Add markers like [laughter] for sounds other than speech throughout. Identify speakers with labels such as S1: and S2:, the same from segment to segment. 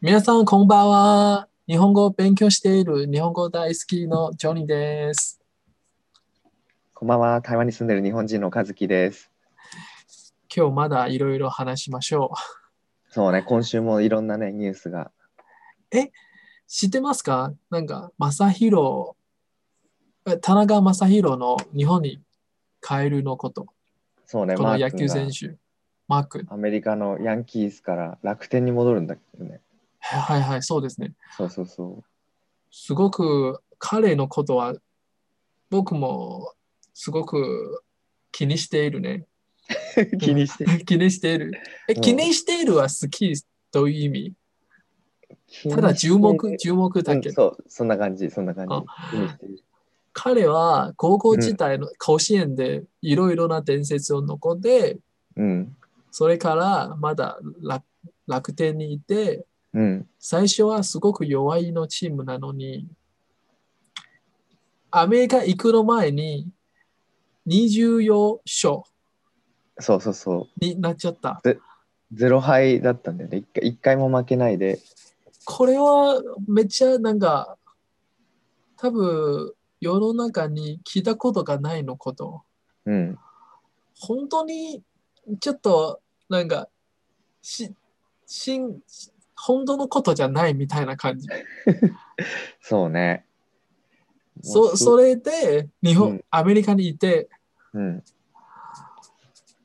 S1: 皆さん、こんばんは。日本語を勉強している日本語大好きのジョニーです。
S2: こんばんは。台湾に住んでる日本人の和樹です。
S1: 今日まだいろいろ話しましょ
S2: そうね、今週もいろんなね、ニュースが。
S1: う。知ってますかなんか、正宏、え田中正宏の日本に帰るのこと。
S2: そうね、
S1: こ
S2: マ
S1: の
S2: ー
S1: 野球
S2: 君が
S1: 選手。マーク。
S2: アメリカのヤンキースから楽天に戻るんだけどね。
S1: はいはい、そうですね。
S2: そうそうそ
S1: すごく彼のことは僕もすごく気にしているね。 [laughs]
S2: う。気にして、
S1: 気にしている。え、
S2: うん
S1: 気にしているは好きという意味
S2: 気にして
S1: ただ注目、注目だけ
S2: うん。そう、そんな感じ、そんな感じ
S1: あ。
S2: 気にしてる
S1: 彼は高校時代の甲子園でいろいろな伝説を残って、
S2: うん。
S1: それからまだ楽楽天にいて、
S2: うん。
S1: 最初はすごく弱いのチームなのに、アメリカ行くの前に24勝
S2: そうそうそう。
S1: になっちゃった。
S2: ゼロ敗だったんだよね。一回一回も負けないで。
S1: これはめっちゃなんか、多分世の中に聞いたことがないのこと。
S2: うん。
S1: 本当にちょっとなんか、し、しん、本当のことじゃないみたいな感じ。
S2: そうね。
S1: そ、そ
S2: れ。
S1: れで日本、
S2: うん
S1: アメリカにいて、
S2: うん。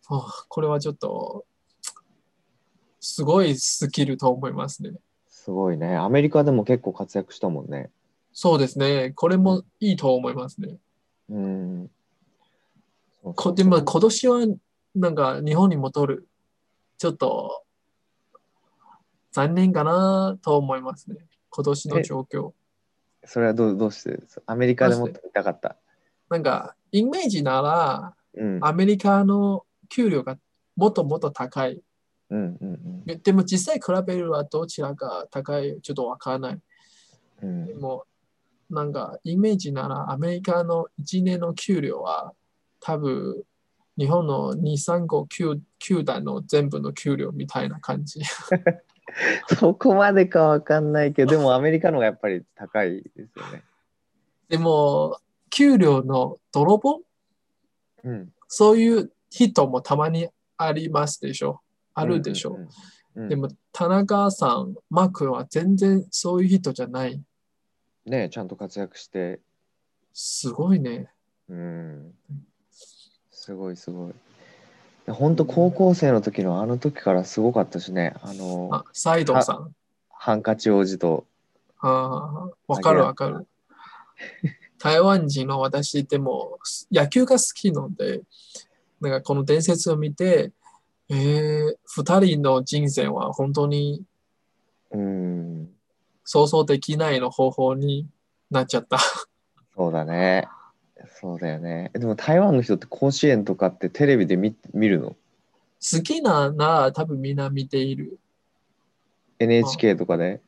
S1: あこれはちょっと、すごいスキルと思いますね。
S2: すごいね。アメリカでも結構活躍したもんね。
S1: そうですね。これもいいと思いますね。
S2: うん。そうそうそ
S1: こ
S2: う
S1: でも今年は、なんか日本に戻る。ちょっと、残念かなと思いますね。今年の状況。
S2: それはどうどうしてですアメリカでもっと見たかった。
S1: なんか、イメージなら、
S2: うん。
S1: アメリカの給料がもっともっと高い。
S2: うんうん
S1: でも実際比べるはどちらが高いちょっとわからない。
S2: うん。
S1: で
S2: うん
S1: も、なんか、イメージなら、アメリカの1年の給料は、多分、日本の2、3、5、球団の全部の給料みたいな感じ。 [laughs]
S2: そこまでかわかんないけど、でもアメリカのがやっぱり高いですよね。
S1: でも、給料の泥棒
S2: うん。
S1: そういう人もたまにありますでしょあるでしょ、
S2: うんうんうん
S1: でも、田中さん、マー君は全然そういう人じゃない。
S2: ねちゃんと活躍して、
S1: すごいね。
S2: うん。すごいすごい。本当高校生の時のあの時からすごかったしね、あの、
S1: あ、斎藤さん。
S2: ハンカチ王子と、
S1: ああ、わかるわかる。台湾人の私でも野球が好きなので、なんかこの伝説を見て、えー、二人の人生は本当に
S2: うん、
S1: 想像できないの方法になっちゃった。
S2: そうだね。そうだよね。えでも台湾の人って甲子園とかってテレビで見見るの
S1: 好きななら多分みんな見ている。
S2: ?NHK とかで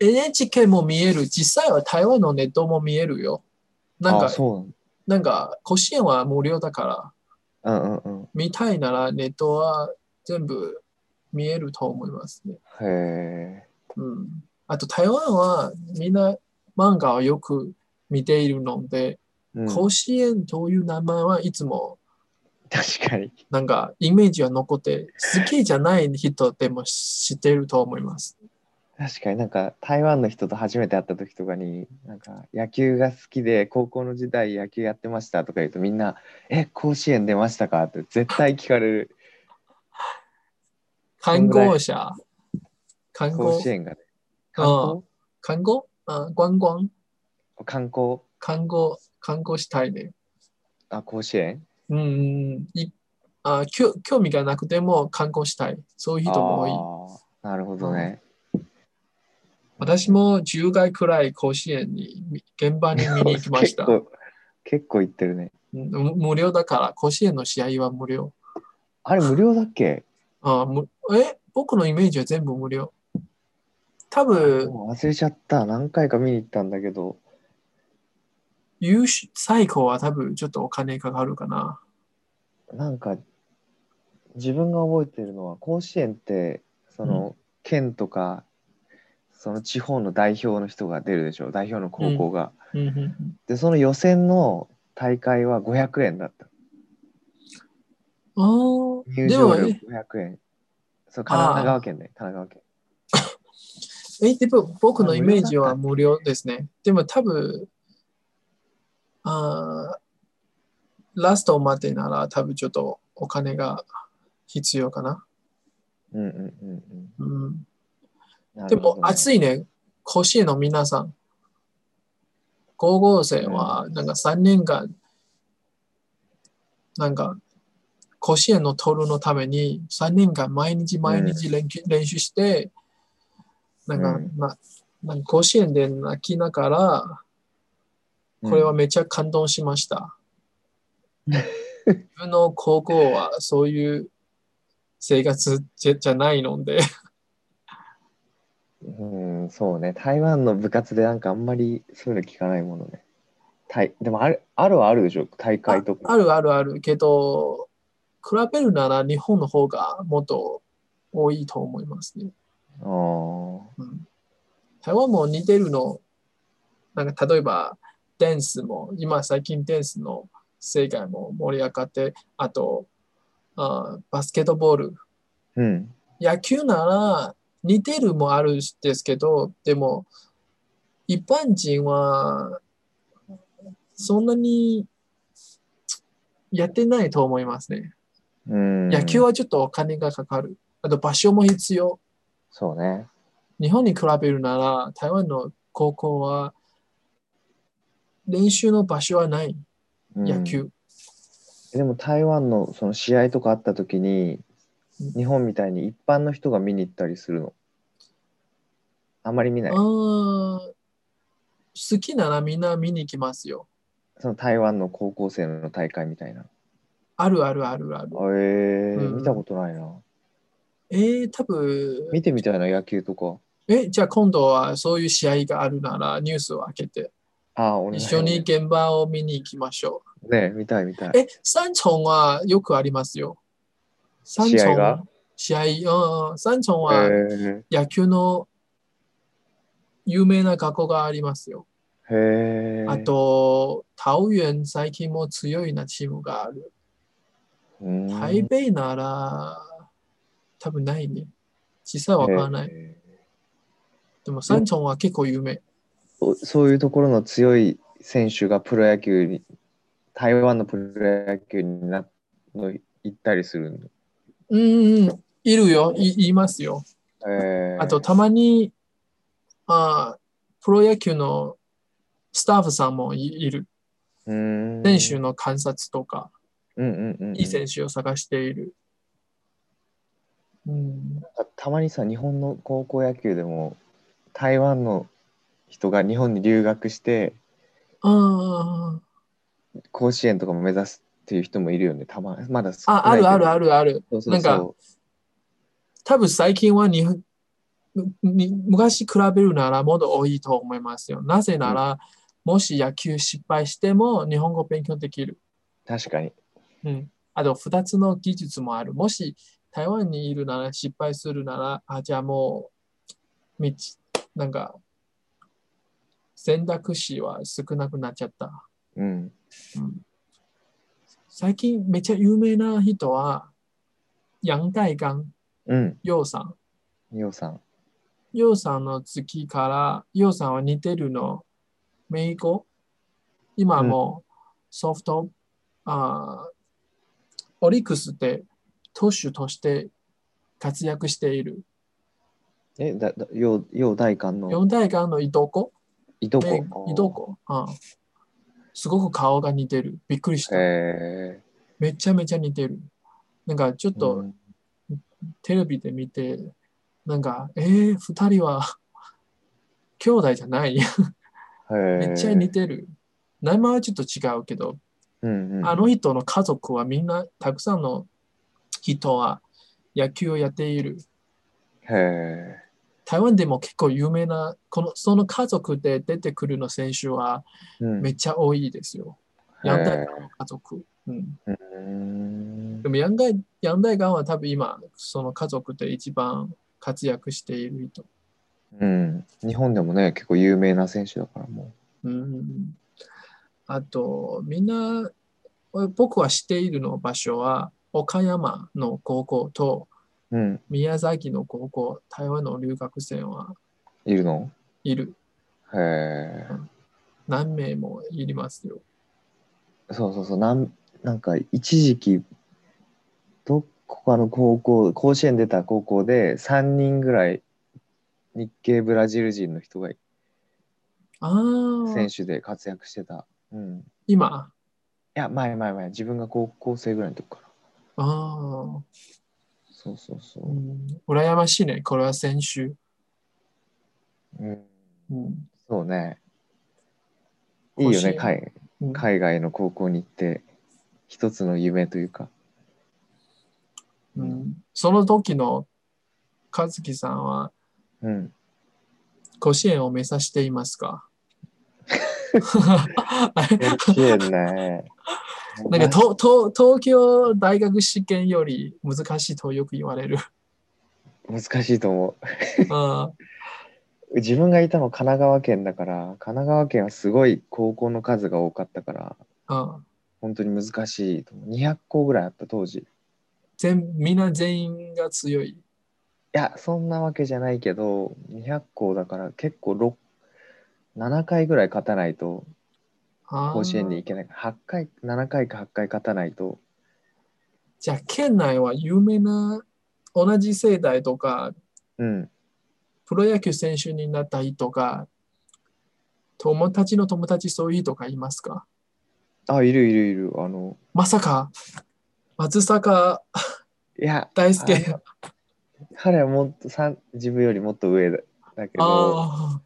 S1: NHK も見える。実際は台湾のネットも見えるよ。なん
S2: あ
S1: か、
S2: そう
S1: なんか甲子園は無料だから、
S2: なんうんうんうん。
S1: 見たいならネットは全部見えると思いますね。
S2: へえ。
S1: うんあと台湾はみんな漫画をよく見ているので、
S2: うん、確
S1: 甲子園という名前はいつも
S2: かに。
S1: なんかイメージは残って、好きじゃない人でも知ってると思います。
S2: 確かになんか台湾の人と初めて会った時とかになんか野球が好きで高校の時代野球やってましたとか言うとみんな「え甲子園出ましたか?」って絶対聞かれる
S1: 看護者、看
S2: 甲
S1: 護
S2: 子、園がね
S1: あ
S2: 観
S1: 看護あ、观光、
S2: 光観光
S1: 看護、看護したいね。
S2: あ甲子園
S1: うんうん、いあ興興味がなくても看護したい。そういう人も多い。
S2: あーなるほどね、
S1: 私も10回くらい甲子園にみ現場に見に行きまし
S2: [laughs]
S1: た。
S2: 結構結構行ってるね
S1: うん無無料だから、甲子園の試合は無料。
S2: あれ無料だっけ
S1: あむえ僕のイメージは全部無料。多分
S2: もう忘れちゃった何回か見に行ったんだけど
S1: 優勝最高は多分ちょっとお金かかるかな。
S2: なんか自分が覚えてるのは甲子園ってその、県とかその地方の代表の人が出るでしょ代表の高校が、
S1: うんうんうん
S2: でその予選の大会は500円だった
S1: あー
S2: 入
S1: で
S2: 場
S1: も
S2: 料
S1: ね、
S2: 500円そう神奈川県ね神奈川県
S1: えでも僕のイメージは無料ですね。でも多分、あーラストまでなら多分ちょっとお金が必要かな。
S2: うんうんうんうん
S1: うん、
S2: な
S1: で
S2: るほ
S1: も
S2: どね
S1: 暑いね、甲子園の皆さん。高校生はなんか3年間、なんか甲子園のトルのために3年間毎日毎日練習,、練習して、なんか、
S2: うん
S1: ななんか甲子園で泣きながら、
S2: うん
S1: これはめっちゃ感動しま
S2: [laughs]
S1: した。自分の高校はそういう生活じゃじゃないので。
S2: うん、そうね。台湾の部活でなんかあんまりそういうの聞かないものね。台でもある、あるはあるでしょ大会とか。
S1: あるあるあるけど、比べるなら日本の方がもっと多いと思いますね。
S2: あー
S1: うん、台湾も似てるの、なんか例えばダンスも、今最近ダンスの世界も盛り上がって、あとあーバスケットボール、
S2: うん。
S1: 野球なら似てるもあるんですけど、でも一般人はそんなにやってないと思いますね。
S2: うん。
S1: 野球はちょっとお金がかかる。あと場所も必要。
S2: そうね。
S1: 日本に比べるなら台湾の高校は練習の場所はない。
S2: うん
S1: 野。球。
S2: でも台湾のその試合とかあった時に
S1: うん、
S2: 日本みたいに一般の人が見に行ったりするの。あんまり見ない。
S1: あー好きならみんな見に行きますよ。
S2: その台湾の高校生の大会みたいな。
S1: あるあるあるある
S2: え。え
S1: うん
S2: 見たことないな。
S1: えー、多分
S2: 見てみたいな、野球とか。
S1: え、じゃあ今度はそういう試合があるならニュースを開けて
S2: ああ、お願い
S1: 一緒に現場を見に行きましょ。。
S2: ね、見たい見たいう
S1: え、三重はよくありますよ。三重
S2: 試合が
S1: 試合、うんうん、三重
S2: え
S1: は野球の有名な学校がありますよ。
S2: ー、へえ。
S1: あと、桃園最近も強いなチームがある。
S2: うん、
S1: 台北なら多分ないね。実際わからない。
S2: へ
S1: でも三重は結構有名。
S2: ーおそういうところの強い選手がプロ野球に、台湾のプロ野球になの行ったりするの。
S1: うんうんうん、いるよ、いいますよ。
S2: えー
S1: あと、たまに、あープロ野球のスタッフさんもいいる。
S2: うん
S1: 選手の観察とか、
S2: うんうんうんうん、
S1: いい選手を探している。うん、
S2: なんかたまにさ、日本の高校野球でも、台湾の人が日本に留学して、
S1: あ
S2: 甲子園とかも目指すっていう人もいるよね、たままだ
S1: あ、ああるあるあ
S2: る。
S1: るある。
S2: そうそうそう
S1: なん多分最近は日本に昔比べるならもっと多いと思いますよ。なぜなら、もし野球失敗しても日本語勉強できる。
S2: 確かに。
S1: うん、あと2つの技術もある。もし台湾にいるなら失敗するなら、あじゃあもう、道、なんか、選択肢は少なくなっちゃった。
S2: うん。
S1: うん、最近めっちゃ有名な人は、杨代剛、
S2: うん。
S1: 楊さん。
S2: ようさん。
S1: 楊さんの月から、楊さんは似てるの、メイコ。今もソフト、あーオリックスで投手として活躍している。
S2: え、だ、だ、よう、よう大官の
S1: 四大間のいとこ
S2: いと
S1: メイ
S2: こ。
S1: いとこ、うんすごく顔が似てる。びっくりした。
S2: へえ。
S1: めちゃめちゃ似てる。なんかちょっ
S2: う
S1: と
S2: ん
S1: テレビで見て、なんか、えー、二人は兄弟じゃないめっちゃ似
S2: て
S1: てる。名前はちょっと違うけど、
S2: うんうん、
S1: あの人の家族はみんな、たくさんの人は野球をやっている。
S2: へえ。
S1: 台湾でも結構有名な、このその家族で出てくるの選手は
S2: うん
S1: めっちゃ多いですよ。ヤンダイガンの家族。うん、
S2: うん
S1: でもヤンダイヤンダイガンは多分今、その家族で一番活躍している人。
S2: うん、日本でもね結構有名な選手だからも
S1: うん、あと、みんな、僕は知っているの場所は、岡山の高校と
S2: う、うん、
S1: 宮崎の高校、台湾の留学生はい
S2: るの
S1: いる。
S2: へ
S1: 何名もいりますよ。
S2: えそうそうそうなんなんか一時期どこかの高校甲子園出た高校で3人ぐらい日系ブラジル人の人が
S1: ああ
S2: 選、手で活躍してた、うん、い
S1: 今。
S2: や前前前自分が高校生ぐらいの時から
S1: ああ、
S2: そうそうそうう、
S1: ん、羨ましいね。これは選手。
S2: うん、
S1: うん、
S2: そうねいいよね
S1: 甲子園
S2: 海
S1: うん
S2: 海外の高校に行って一つの夢というか
S1: うんその時の和樹さんは
S2: うん [laughs]
S1: 甲子園を目指していますかあれ
S2: 甲子園ね
S1: なんかとと東京大学試験より難しいとよく言われる。
S2: 難しいと思
S1: あ
S2: う自分がいたの神奈川県だから神奈川県はすごい高校の数が多かったから
S1: あ
S2: 本当に難しいと思う200校ぐらいあった当時い
S1: 全みんな全員が強い。
S2: やそんなわけじゃないけど200校だから結構6 7回ぐらい勝たないと
S1: ああ
S2: 甲子園に行けない8回7回か8回勝たないと
S1: じゃあ県内は有名な同じ世代とか
S2: うん
S1: プロ野球選手になった人とか友達の友達そういう人がいますか
S2: あいるいるいるあの
S1: まさか松坂
S2: いや
S1: 大輔
S2: あの彼はもっとさん自分よりもっと上だだけど
S1: あ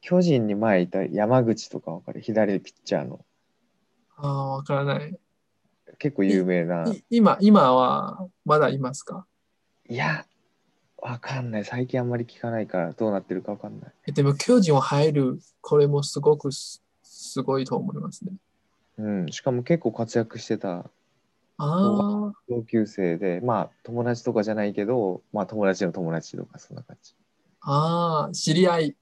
S2: 巨人に前いた山口とかわかる左ピッチャーの
S1: あああ、わからない。
S2: 結構有名ない
S1: 今、今はまだいますか
S2: いやわかんない最近あんまり聞かないからどうなってるかわかんない
S1: えでも、巨人を入る、これもすごくすすごいと思いますね。
S2: うんしかも結構活躍してた
S1: ああ、
S2: 同級生でまあ友達とかじゃないけどまあ友達の友達とかそんな感じ [laughs]
S1: ああ、知り合い。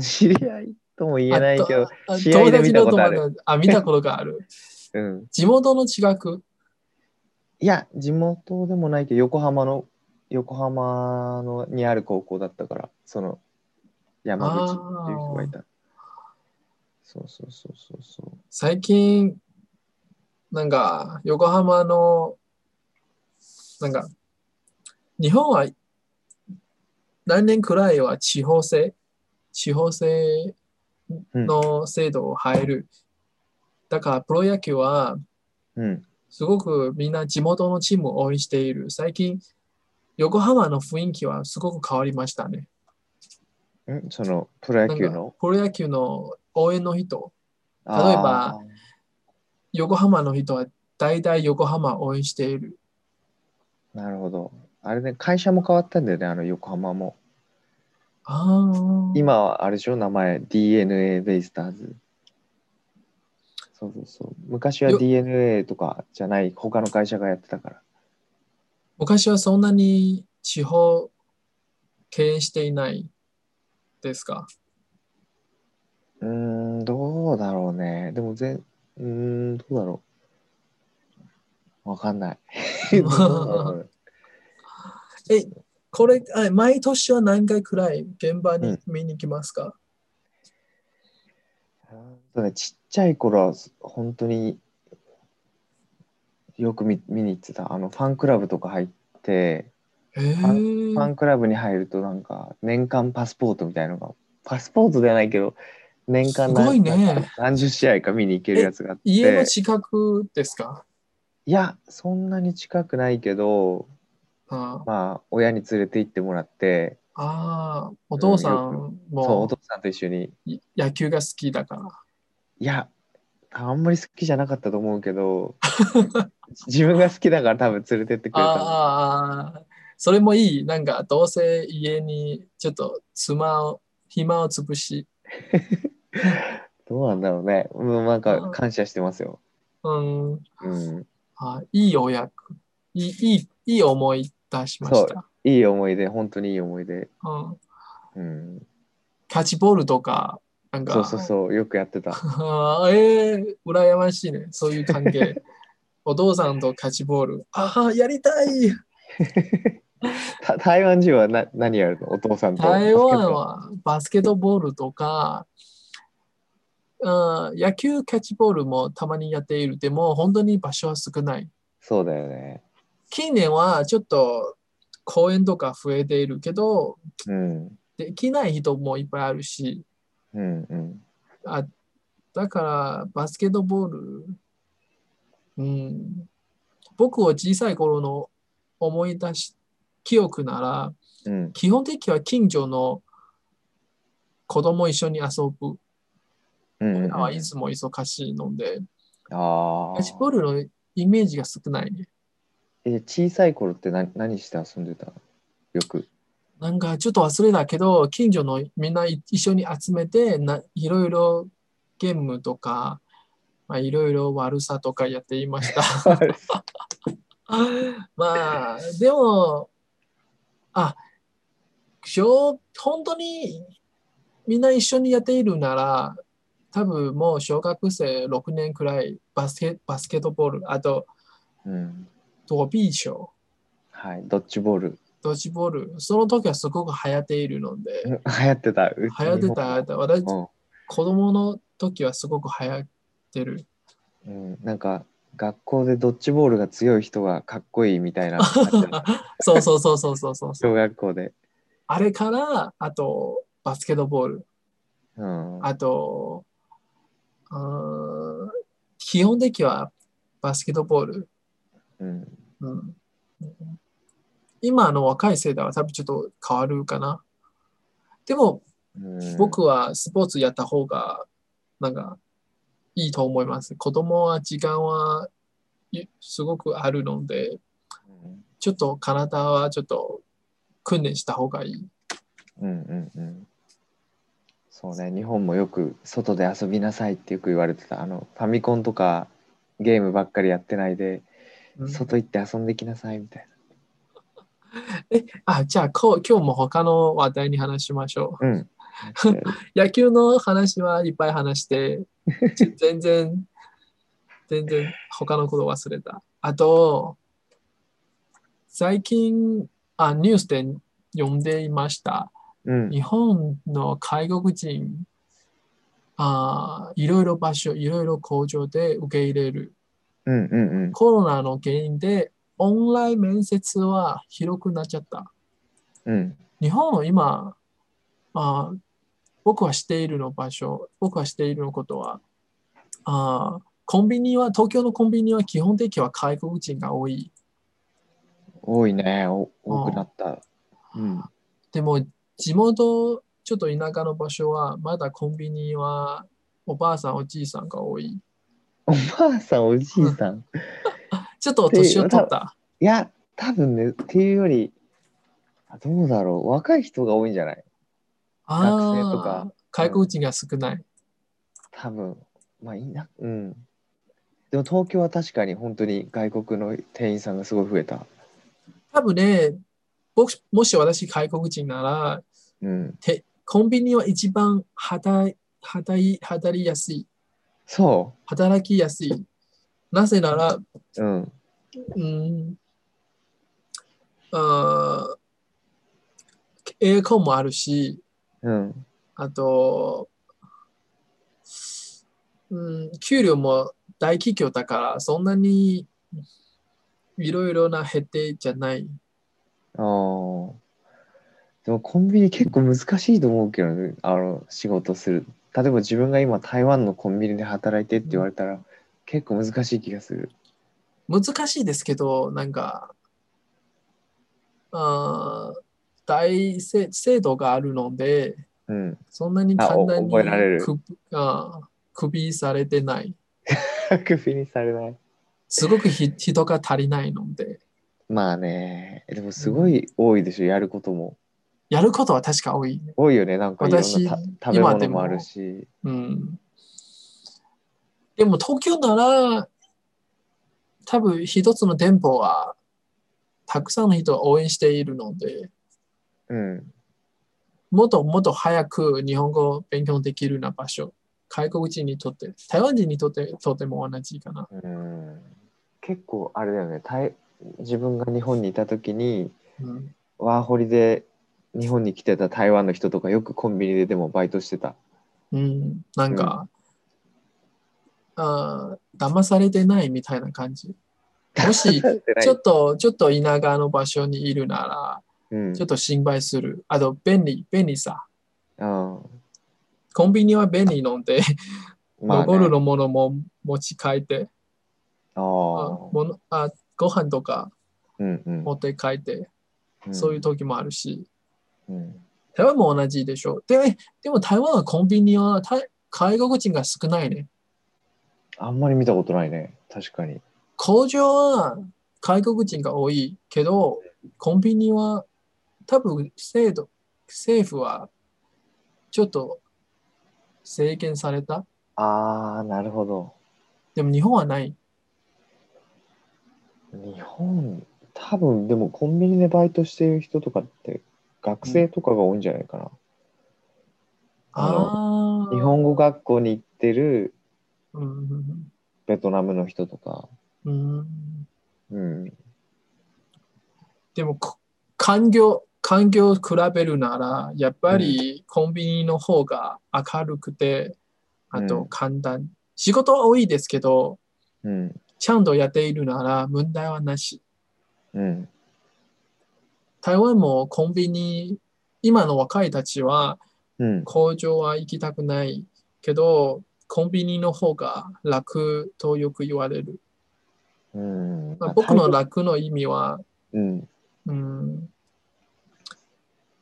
S2: 知り合いとも言えないけど
S1: あとあ
S2: 試合で見たことある
S1: 友達の友達あ、見たことがある。
S2: うん
S1: 地元の近く。
S2: いや地元でもないけど横浜の横浜のにある高校だったからその山口っていう人がいたそうそうそうそうそう
S1: 最近、なんか、横浜の、なんか、日本は来年くらいは地方制、地方制の制度を入る。だから、プロ野球は、
S2: うん、
S1: すごくみんな地元のチームを応援している。最近、横浜の雰囲気はすごく変わりましたね。
S2: んそのプロ野球の
S1: プロ野球の応援の人、
S2: 例え
S1: なんか例えば横浜の人は大体横浜を応援している。
S2: なるほどあれね会社も変わったんだよねあの横浜も
S1: ああ。
S2: 今はあれでしょ名前 DNA ベイスターズそうそうそう昔は
S1: よ
S2: DNA とかじゃない他の会社がやってたから
S1: 昔はそんなに地方経営していないですか
S2: うーん、どうだろうね。でも全、うーん、どうだろう。わかんない。どうだろう
S1: え、これ、あ毎年は何回くらい現場に見に来ますか、
S2: 本当ね、ちっちゃい頃は本当によく見見に行ってた。あの、ファンクラブとか入って、
S1: へえ
S2: ファンクラブに入るとなんか年間パスポートみたいなのが、パスポートではないけど、年間
S1: すごい
S2: 何,、
S1: ね
S2: 何十試合か見に行けるやつがあって。
S1: 家の近くですか
S2: いや、そんなに近くないけど、
S1: あ
S2: まあ、親に連れて行ってもらって、
S1: あー、お父さ
S2: うん
S1: ん
S2: そう、お
S1: も
S2: 父さんと一緒に。
S1: 野球が好きだから。
S2: いや、あんまり好きじゃなかったと思うけど、 [laughs] 自分が好きだから多分連れてってくれた
S1: あーあー、あーそれもいい。なんか、どうせ家にちょっと妻を、暇を潰し、
S2: の。どうなんだろうね。うん、なん
S1: うん
S2: か感謝してますよ。
S1: うん、
S2: うん。
S1: あいいお役、いいいい、いい思い出しまし
S2: そ
S1: た。
S2: いい思い出、本当にいい思い出。
S1: うん、
S2: うん。
S1: キャッチボールとか、なんか、
S2: そうそうそう、よくやって
S1: [laughs]
S2: た。
S1: あーえー、羨ましいね、そういう関係。お父さんとキャッチボール。ああ、やりたい
S2: た [laughs] 台湾人はな何やるのお父さんと。
S1: 台湾はバスケットボールとか、うん、野球キャッチボールもたまにやっている。でも、本当に場所は少ない。
S2: そうだよね。
S1: 近年はちょっと公園とか増えているけど、
S2: うん。
S1: できない人もいっぱいあるし、
S2: うんうん。
S1: あだからバスケットボール、うん、僕を小さい頃の思い出し記憶なら
S2: うん。
S1: 基本的には近所の子供一緒に遊ぶ、
S2: うんうんうん、
S1: あいつも忙しいので
S2: あ
S1: キャッチボ
S2: あ。
S1: ールのイメージが少ないね
S2: え、小さい頃って何何して遊んでたのよく。
S1: [laughs] なんかちょっと忘れたけど近所のみんない一緒に集めてないろいろゲームとか、まあ、いろいろ悪さとかやっていました [laughs] まあ、でも、あ、小、本当にみんな一緒にやっているなら、多分もう小学生6年くらいバスケバスケットボール、あと、
S2: うん。
S1: ドビーショー、
S2: はい。ドッジボール。 [laughs]
S1: ドッジボール、その時はすごく流行っているので、
S2: うん流行ってた。
S1: 流
S2: 流
S1: 行ってた、私、
S2: うん
S1: 子供の時はすごく流行ってる。
S2: うん、なんか学校でドッジボールが強い人がかっこいいみたいな
S1: [laughs] そうそうそうそうそうそう。
S2: 小学校で、
S1: あれから、あと、バスケットボール。
S2: うん、
S1: あと、うーん基本的にはバスケットボール。
S2: うん、
S1: うん、今の若い世代は多分ちょっと変わるかな。でも
S2: うん
S1: 僕はスポーツやった方がなんかいいと思います。子供は時間はいすごくあるので、
S2: うん
S1: ちょっと体はちょっと訓練した方がいい。
S2: うんうんうんそうね日本もよく外で遊びなさいってよく言われてたあのファミコンとかゲームばっかりやってないで
S1: うん
S2: 外行って遊んできなさいみたい
S1: あ、じゃあこう今日も他の話題に話しましょう。
S2: なうん
S1: 野球の話はいっぱい話して、ちょ全然、全然他のこと忘れた。あと、最近あ、ニュースで読んでいました。
S2: うん
S1: 日本の外国人、あいろいろ場所、いろいろ工場で受け入れる。
S2: うんうんうん
S1: コロナの原因でオンライン面接は広くなっちゃった。
S2: うん
S1: 日本の今、あー僕はしているの場所、僕はしているのことは、あーコンビニは、東京のコンビニは基本的には外国人が多い。
S2: 多いねお多くなったうん
S1: でも、地元、ちょっと田舎の場所は、まだコンビニはおばあさん、おじいさんが多い。
S2: おばあさんおじいさん
S1: ちょっと年を取った。
S2: いや、多分ね、っていうより、あどうだろう、若い人が多いんじゃない
S1: あ
S2: 学生とか
S1: ー外国人が少ない。
S2: 多分。まあ、いいな。うん。でも東京は確かに本当に外国の店員さんがすごい増えた。
S1: 多分ね、僕もし私外国人なら、
S2: うん。
S1: てコンビニは一番働い働い働きやすい。
S2: そ
S1: 働きやすい。なぜなら、
S2: う。うん。
S1: うん、あーエアコンもあるし、
S2: うん。
S1: あと、うん、給料も大企業だから、そんなにいろいろな減ってじゃない。
S2: ああ。でもコンビニ結構難しいと思うけどね、あの、仕事する。例えば自分が今台湾のコンビニで働いてって言われたら、結構難しい気がする。
S1: 難しいですけど、なんか、あー大制制度があるので、
S2: うん。
S1: そんなに簡単に
S2: あお覚えられる
S1: くあクビされてない。
S2: 首にされない。
S1: すごくひ人が足りないので、
S2: まあね、えでもすごい多いでしょ、やることも。
S1: やることは確か多い。
S2: 多いよね、なんかいろん
S1: 私
S2: なた食べ
S1: 今で
S2: 物
S1: も
S2: もあるし。
S1: うん。でも東京なら、多分一つの店舗はたくさんの人が応援しているので、
S2: うん。
S1: もっともっと早く日本語を勉強できるような場所、外国人にとって、台湾人にとってとても同じかな。
S2: うん、結構あれだよね台自分が日本にいた時に
S1: うん、
S2: ワーホリで日本に来てた台湾の人とかよくコンビニででもバイトしてた。
S1: うん、なんか、あー騙されてないみたいな感
S2: [laughs]
S1: じ。もし、ちょっと、ちょっと田舎の場所にいるな
S2: うん
S1: ら、ちょっと心配する。あと、便利、便利さ。
S2: あ
S1: コンビニは便利なんで、
S2: あまあね
S1: 残るのものも持ち帰って、
S2: あ
S1: あ
S2: あ
S1: ものあご飯とか
S2: うんうん
S1: 持って帰って、
S2: うん
S1: そういう時もあるし、
S2: うん
S1: 台湾も同じでしょ。ででも台湾はコンビニは台外国人が少ないね。
S2: あんまり見たことないね確かに
S1: 工場は外国人が多いけど、コンビニは多分制度、政府はちょっと制限された。
S2: ああなるほど
S1: でも日本はない。
S2: 日本多分でもコンビニでバイトしてる人とかって学生とかが多いんじゃないかな、あ
S1: ああー。
S2: 日本語学校に行ってる
S1: うん
S2: ベトナムの人とか
S1: うんうん
S2: うん
S1: でもこ環境、環境を比べるなら、やっぱりコンビニの方が明るくて、あ
S2: う
S1: と
S2: ん
S1: 簡単。仕事は多いですけど、
S2: うん
S1: ちゃんとやっているなら問題はなし。
S2: うん
S1: 台湾もコンビニ、今の若いたちは
S2: うん
S1: 工場は行きたくないけど、コンビニの方が楽とよく言われる。
S2: うん
S1: まあ、僕の
S2: 体
S1: 楽の意味は、
S2: うん
S1: うん、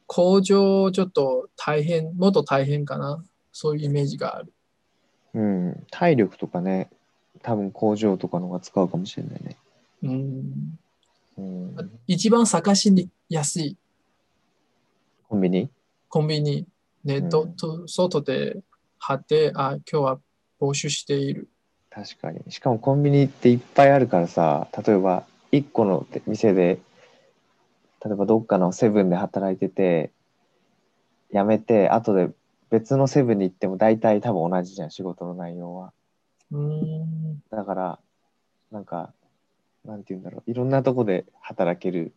S1: 工場ちょっと大変、もっと大変かな。そういうイメージがある。
S2: うん体力とかね多分工場とかのが使うかもしれないね
S1: うん、
S2: うん
S1: 一番探しに安い
S2: コンビニ
S1: コンビニ、ネット、
S2: うん
S1: と外で貼って、あ、今日は募集している。
S2: 確かにしかもコンビニっていっぱいあるからさ例えば1個の店で例えばどっかのセブンで働いてて辞めて後で別のセブンに行っても大体多分同じじゃん仕事の内容は
S1: うん
S2: だからなんかなんて言うんだろういろんなとこで働ける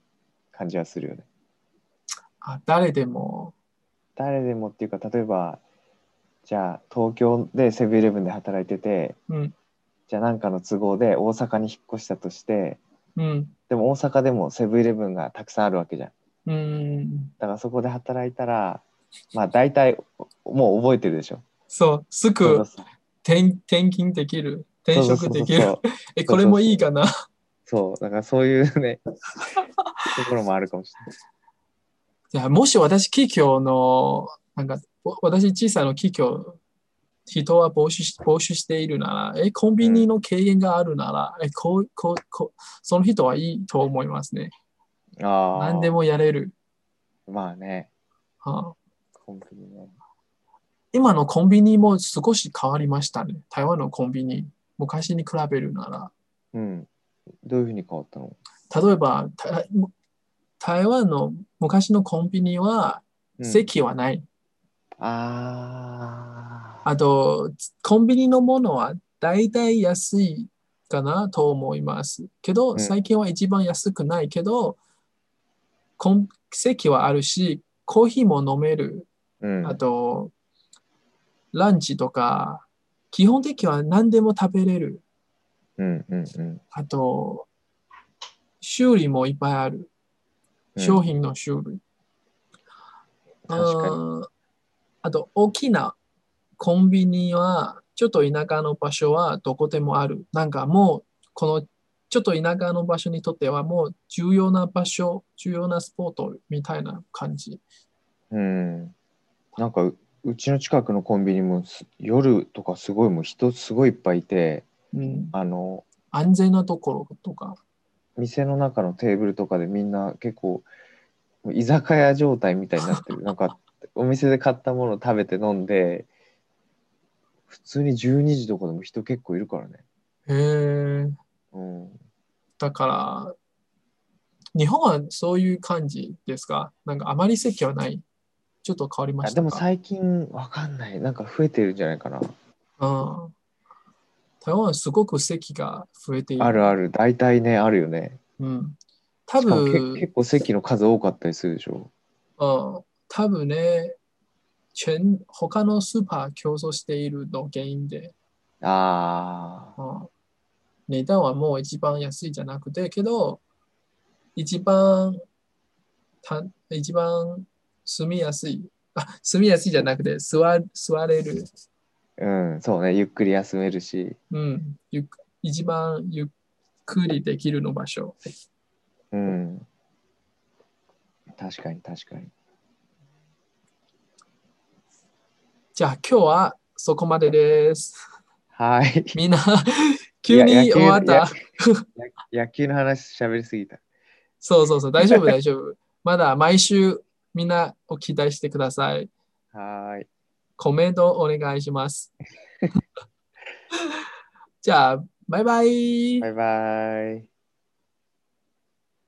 S2: 感じはするよね
S1: あ誰でも。
S2: 誰でもっていうか例えばじゃあ東京でセブンイレブンで働いてて
S1: うん。
S2: じゃあなんかの都合で大阪に引っ越したとして
S1: うん。
S2: でも大阪でもセブンイレブンがたくさんあるわけじゃん。
S1: うん。
S2: だからそこで働いたら、まあ大体もう覚えてるでしょ。
S1: そう、す
S2: そう
S1: ぐ
S2: そう
S1: 転転勤できる。転
S2: そう
S1: 職
S2: そう
S1: で
S2: そう
S1: きる
S2: そ。う
S1: [laughs] え、これもいいかな。
S2: そう、だからそうい
S1: [laughs]
S2: うね、ところもあるかもし
S1: いやもし私、企業の、なんか、わ私、小さな企業、人は募集し募集しているなら、え、コンビニの経験があるなら、え、こう、こう、こう、その人はいいと思いますね。
S2: れない。ああ。
S1: 何で。もやれる。
S2: まあね、
S1: はあ
S2: コンビニね。
S1: 今のコンビニも少し変わりましたね。台湾のコンビニ、昔に比べるなら。
S2: うん。どういうふうに変わったの
S1: 例えば、た台湾の昔のコンビニは
S2: うん
S1: 席はない。
S2: ああ。
S1: あと、コンビニのものは大体安いかなと思います。け
S2: う
S1: ど、
S2: ん
S1: 最近は一番安くないけど、コン席はあるし、コーヒーも飲める。
S2: うん。
S1: あと、ランチとか、基本的には何でも食べれる。
S2: うんうんうん。
S1: あと、修理もいっぱいある。
S2: うん
S1: 商。品の種類。
S2: 確かに
S1: あーあと、大きなコンビニは、ちょっと田舎の場所はどこでもある。なんかもう、この、ちょっと田舎の場所にとってはもう重要な場所、重要なスポットみたいな感じ。
S2: うん。なんかう、うちの近くのコンビニもす夜とかすごいもう人すごいいっぱいいて、
S1: うん、
S2: あの、
S1: 安全なところとか。
S2: 店の中のテーブルとかでみんな結構もう居酒屋状態みたいになってるなんかお店で買ったものを食べて飲んで普通に12時とかでも人結構いるからね
S1: へえ。
S2: うん
S1: だから、日本はそういう感じですかなんかあまり席はない。ちょっと変わりま
S2: あ
S1: したか
S2: でも最近わかんない。なんか増えてるんじゃないかな。
S1: うん台湾はすごく席が増えている。
S2: あるある。大体ね、あるよね。
S1: うん。多
S2: しかもけ
S1: 分、
S2: 結構席の数多かったりするでしょ。
S1: うん、多分ね、全他のスーパー競争しているの原因で、
S2: ああ。
S1: うん、値段はもう一番安いじゃなくて、けど、一番、た一番住みやすい。あ、住みやすいじゃなくて、座座れる。
S2: うん、そうね。ゆっくり休めるし。
S1: うん。ゆっ一番ゆっくりできるの場所。
S2: うん。確かに確かに。
S1: じゃあ今日はそこまでです。
S2: はい。 [laughs]
S1: みんな、急
S2: いや野
S1: に
S2: 球
S1: 終わった。
S2: や野球の話喋りすぎた。
S1: そうそうそう、大丈夫、大丈夫。まだ毎週みんなを期待してください。
S2: はーい。
S1: コメントお願いします。じゃあ、バイバイ。
S2: バイバイ。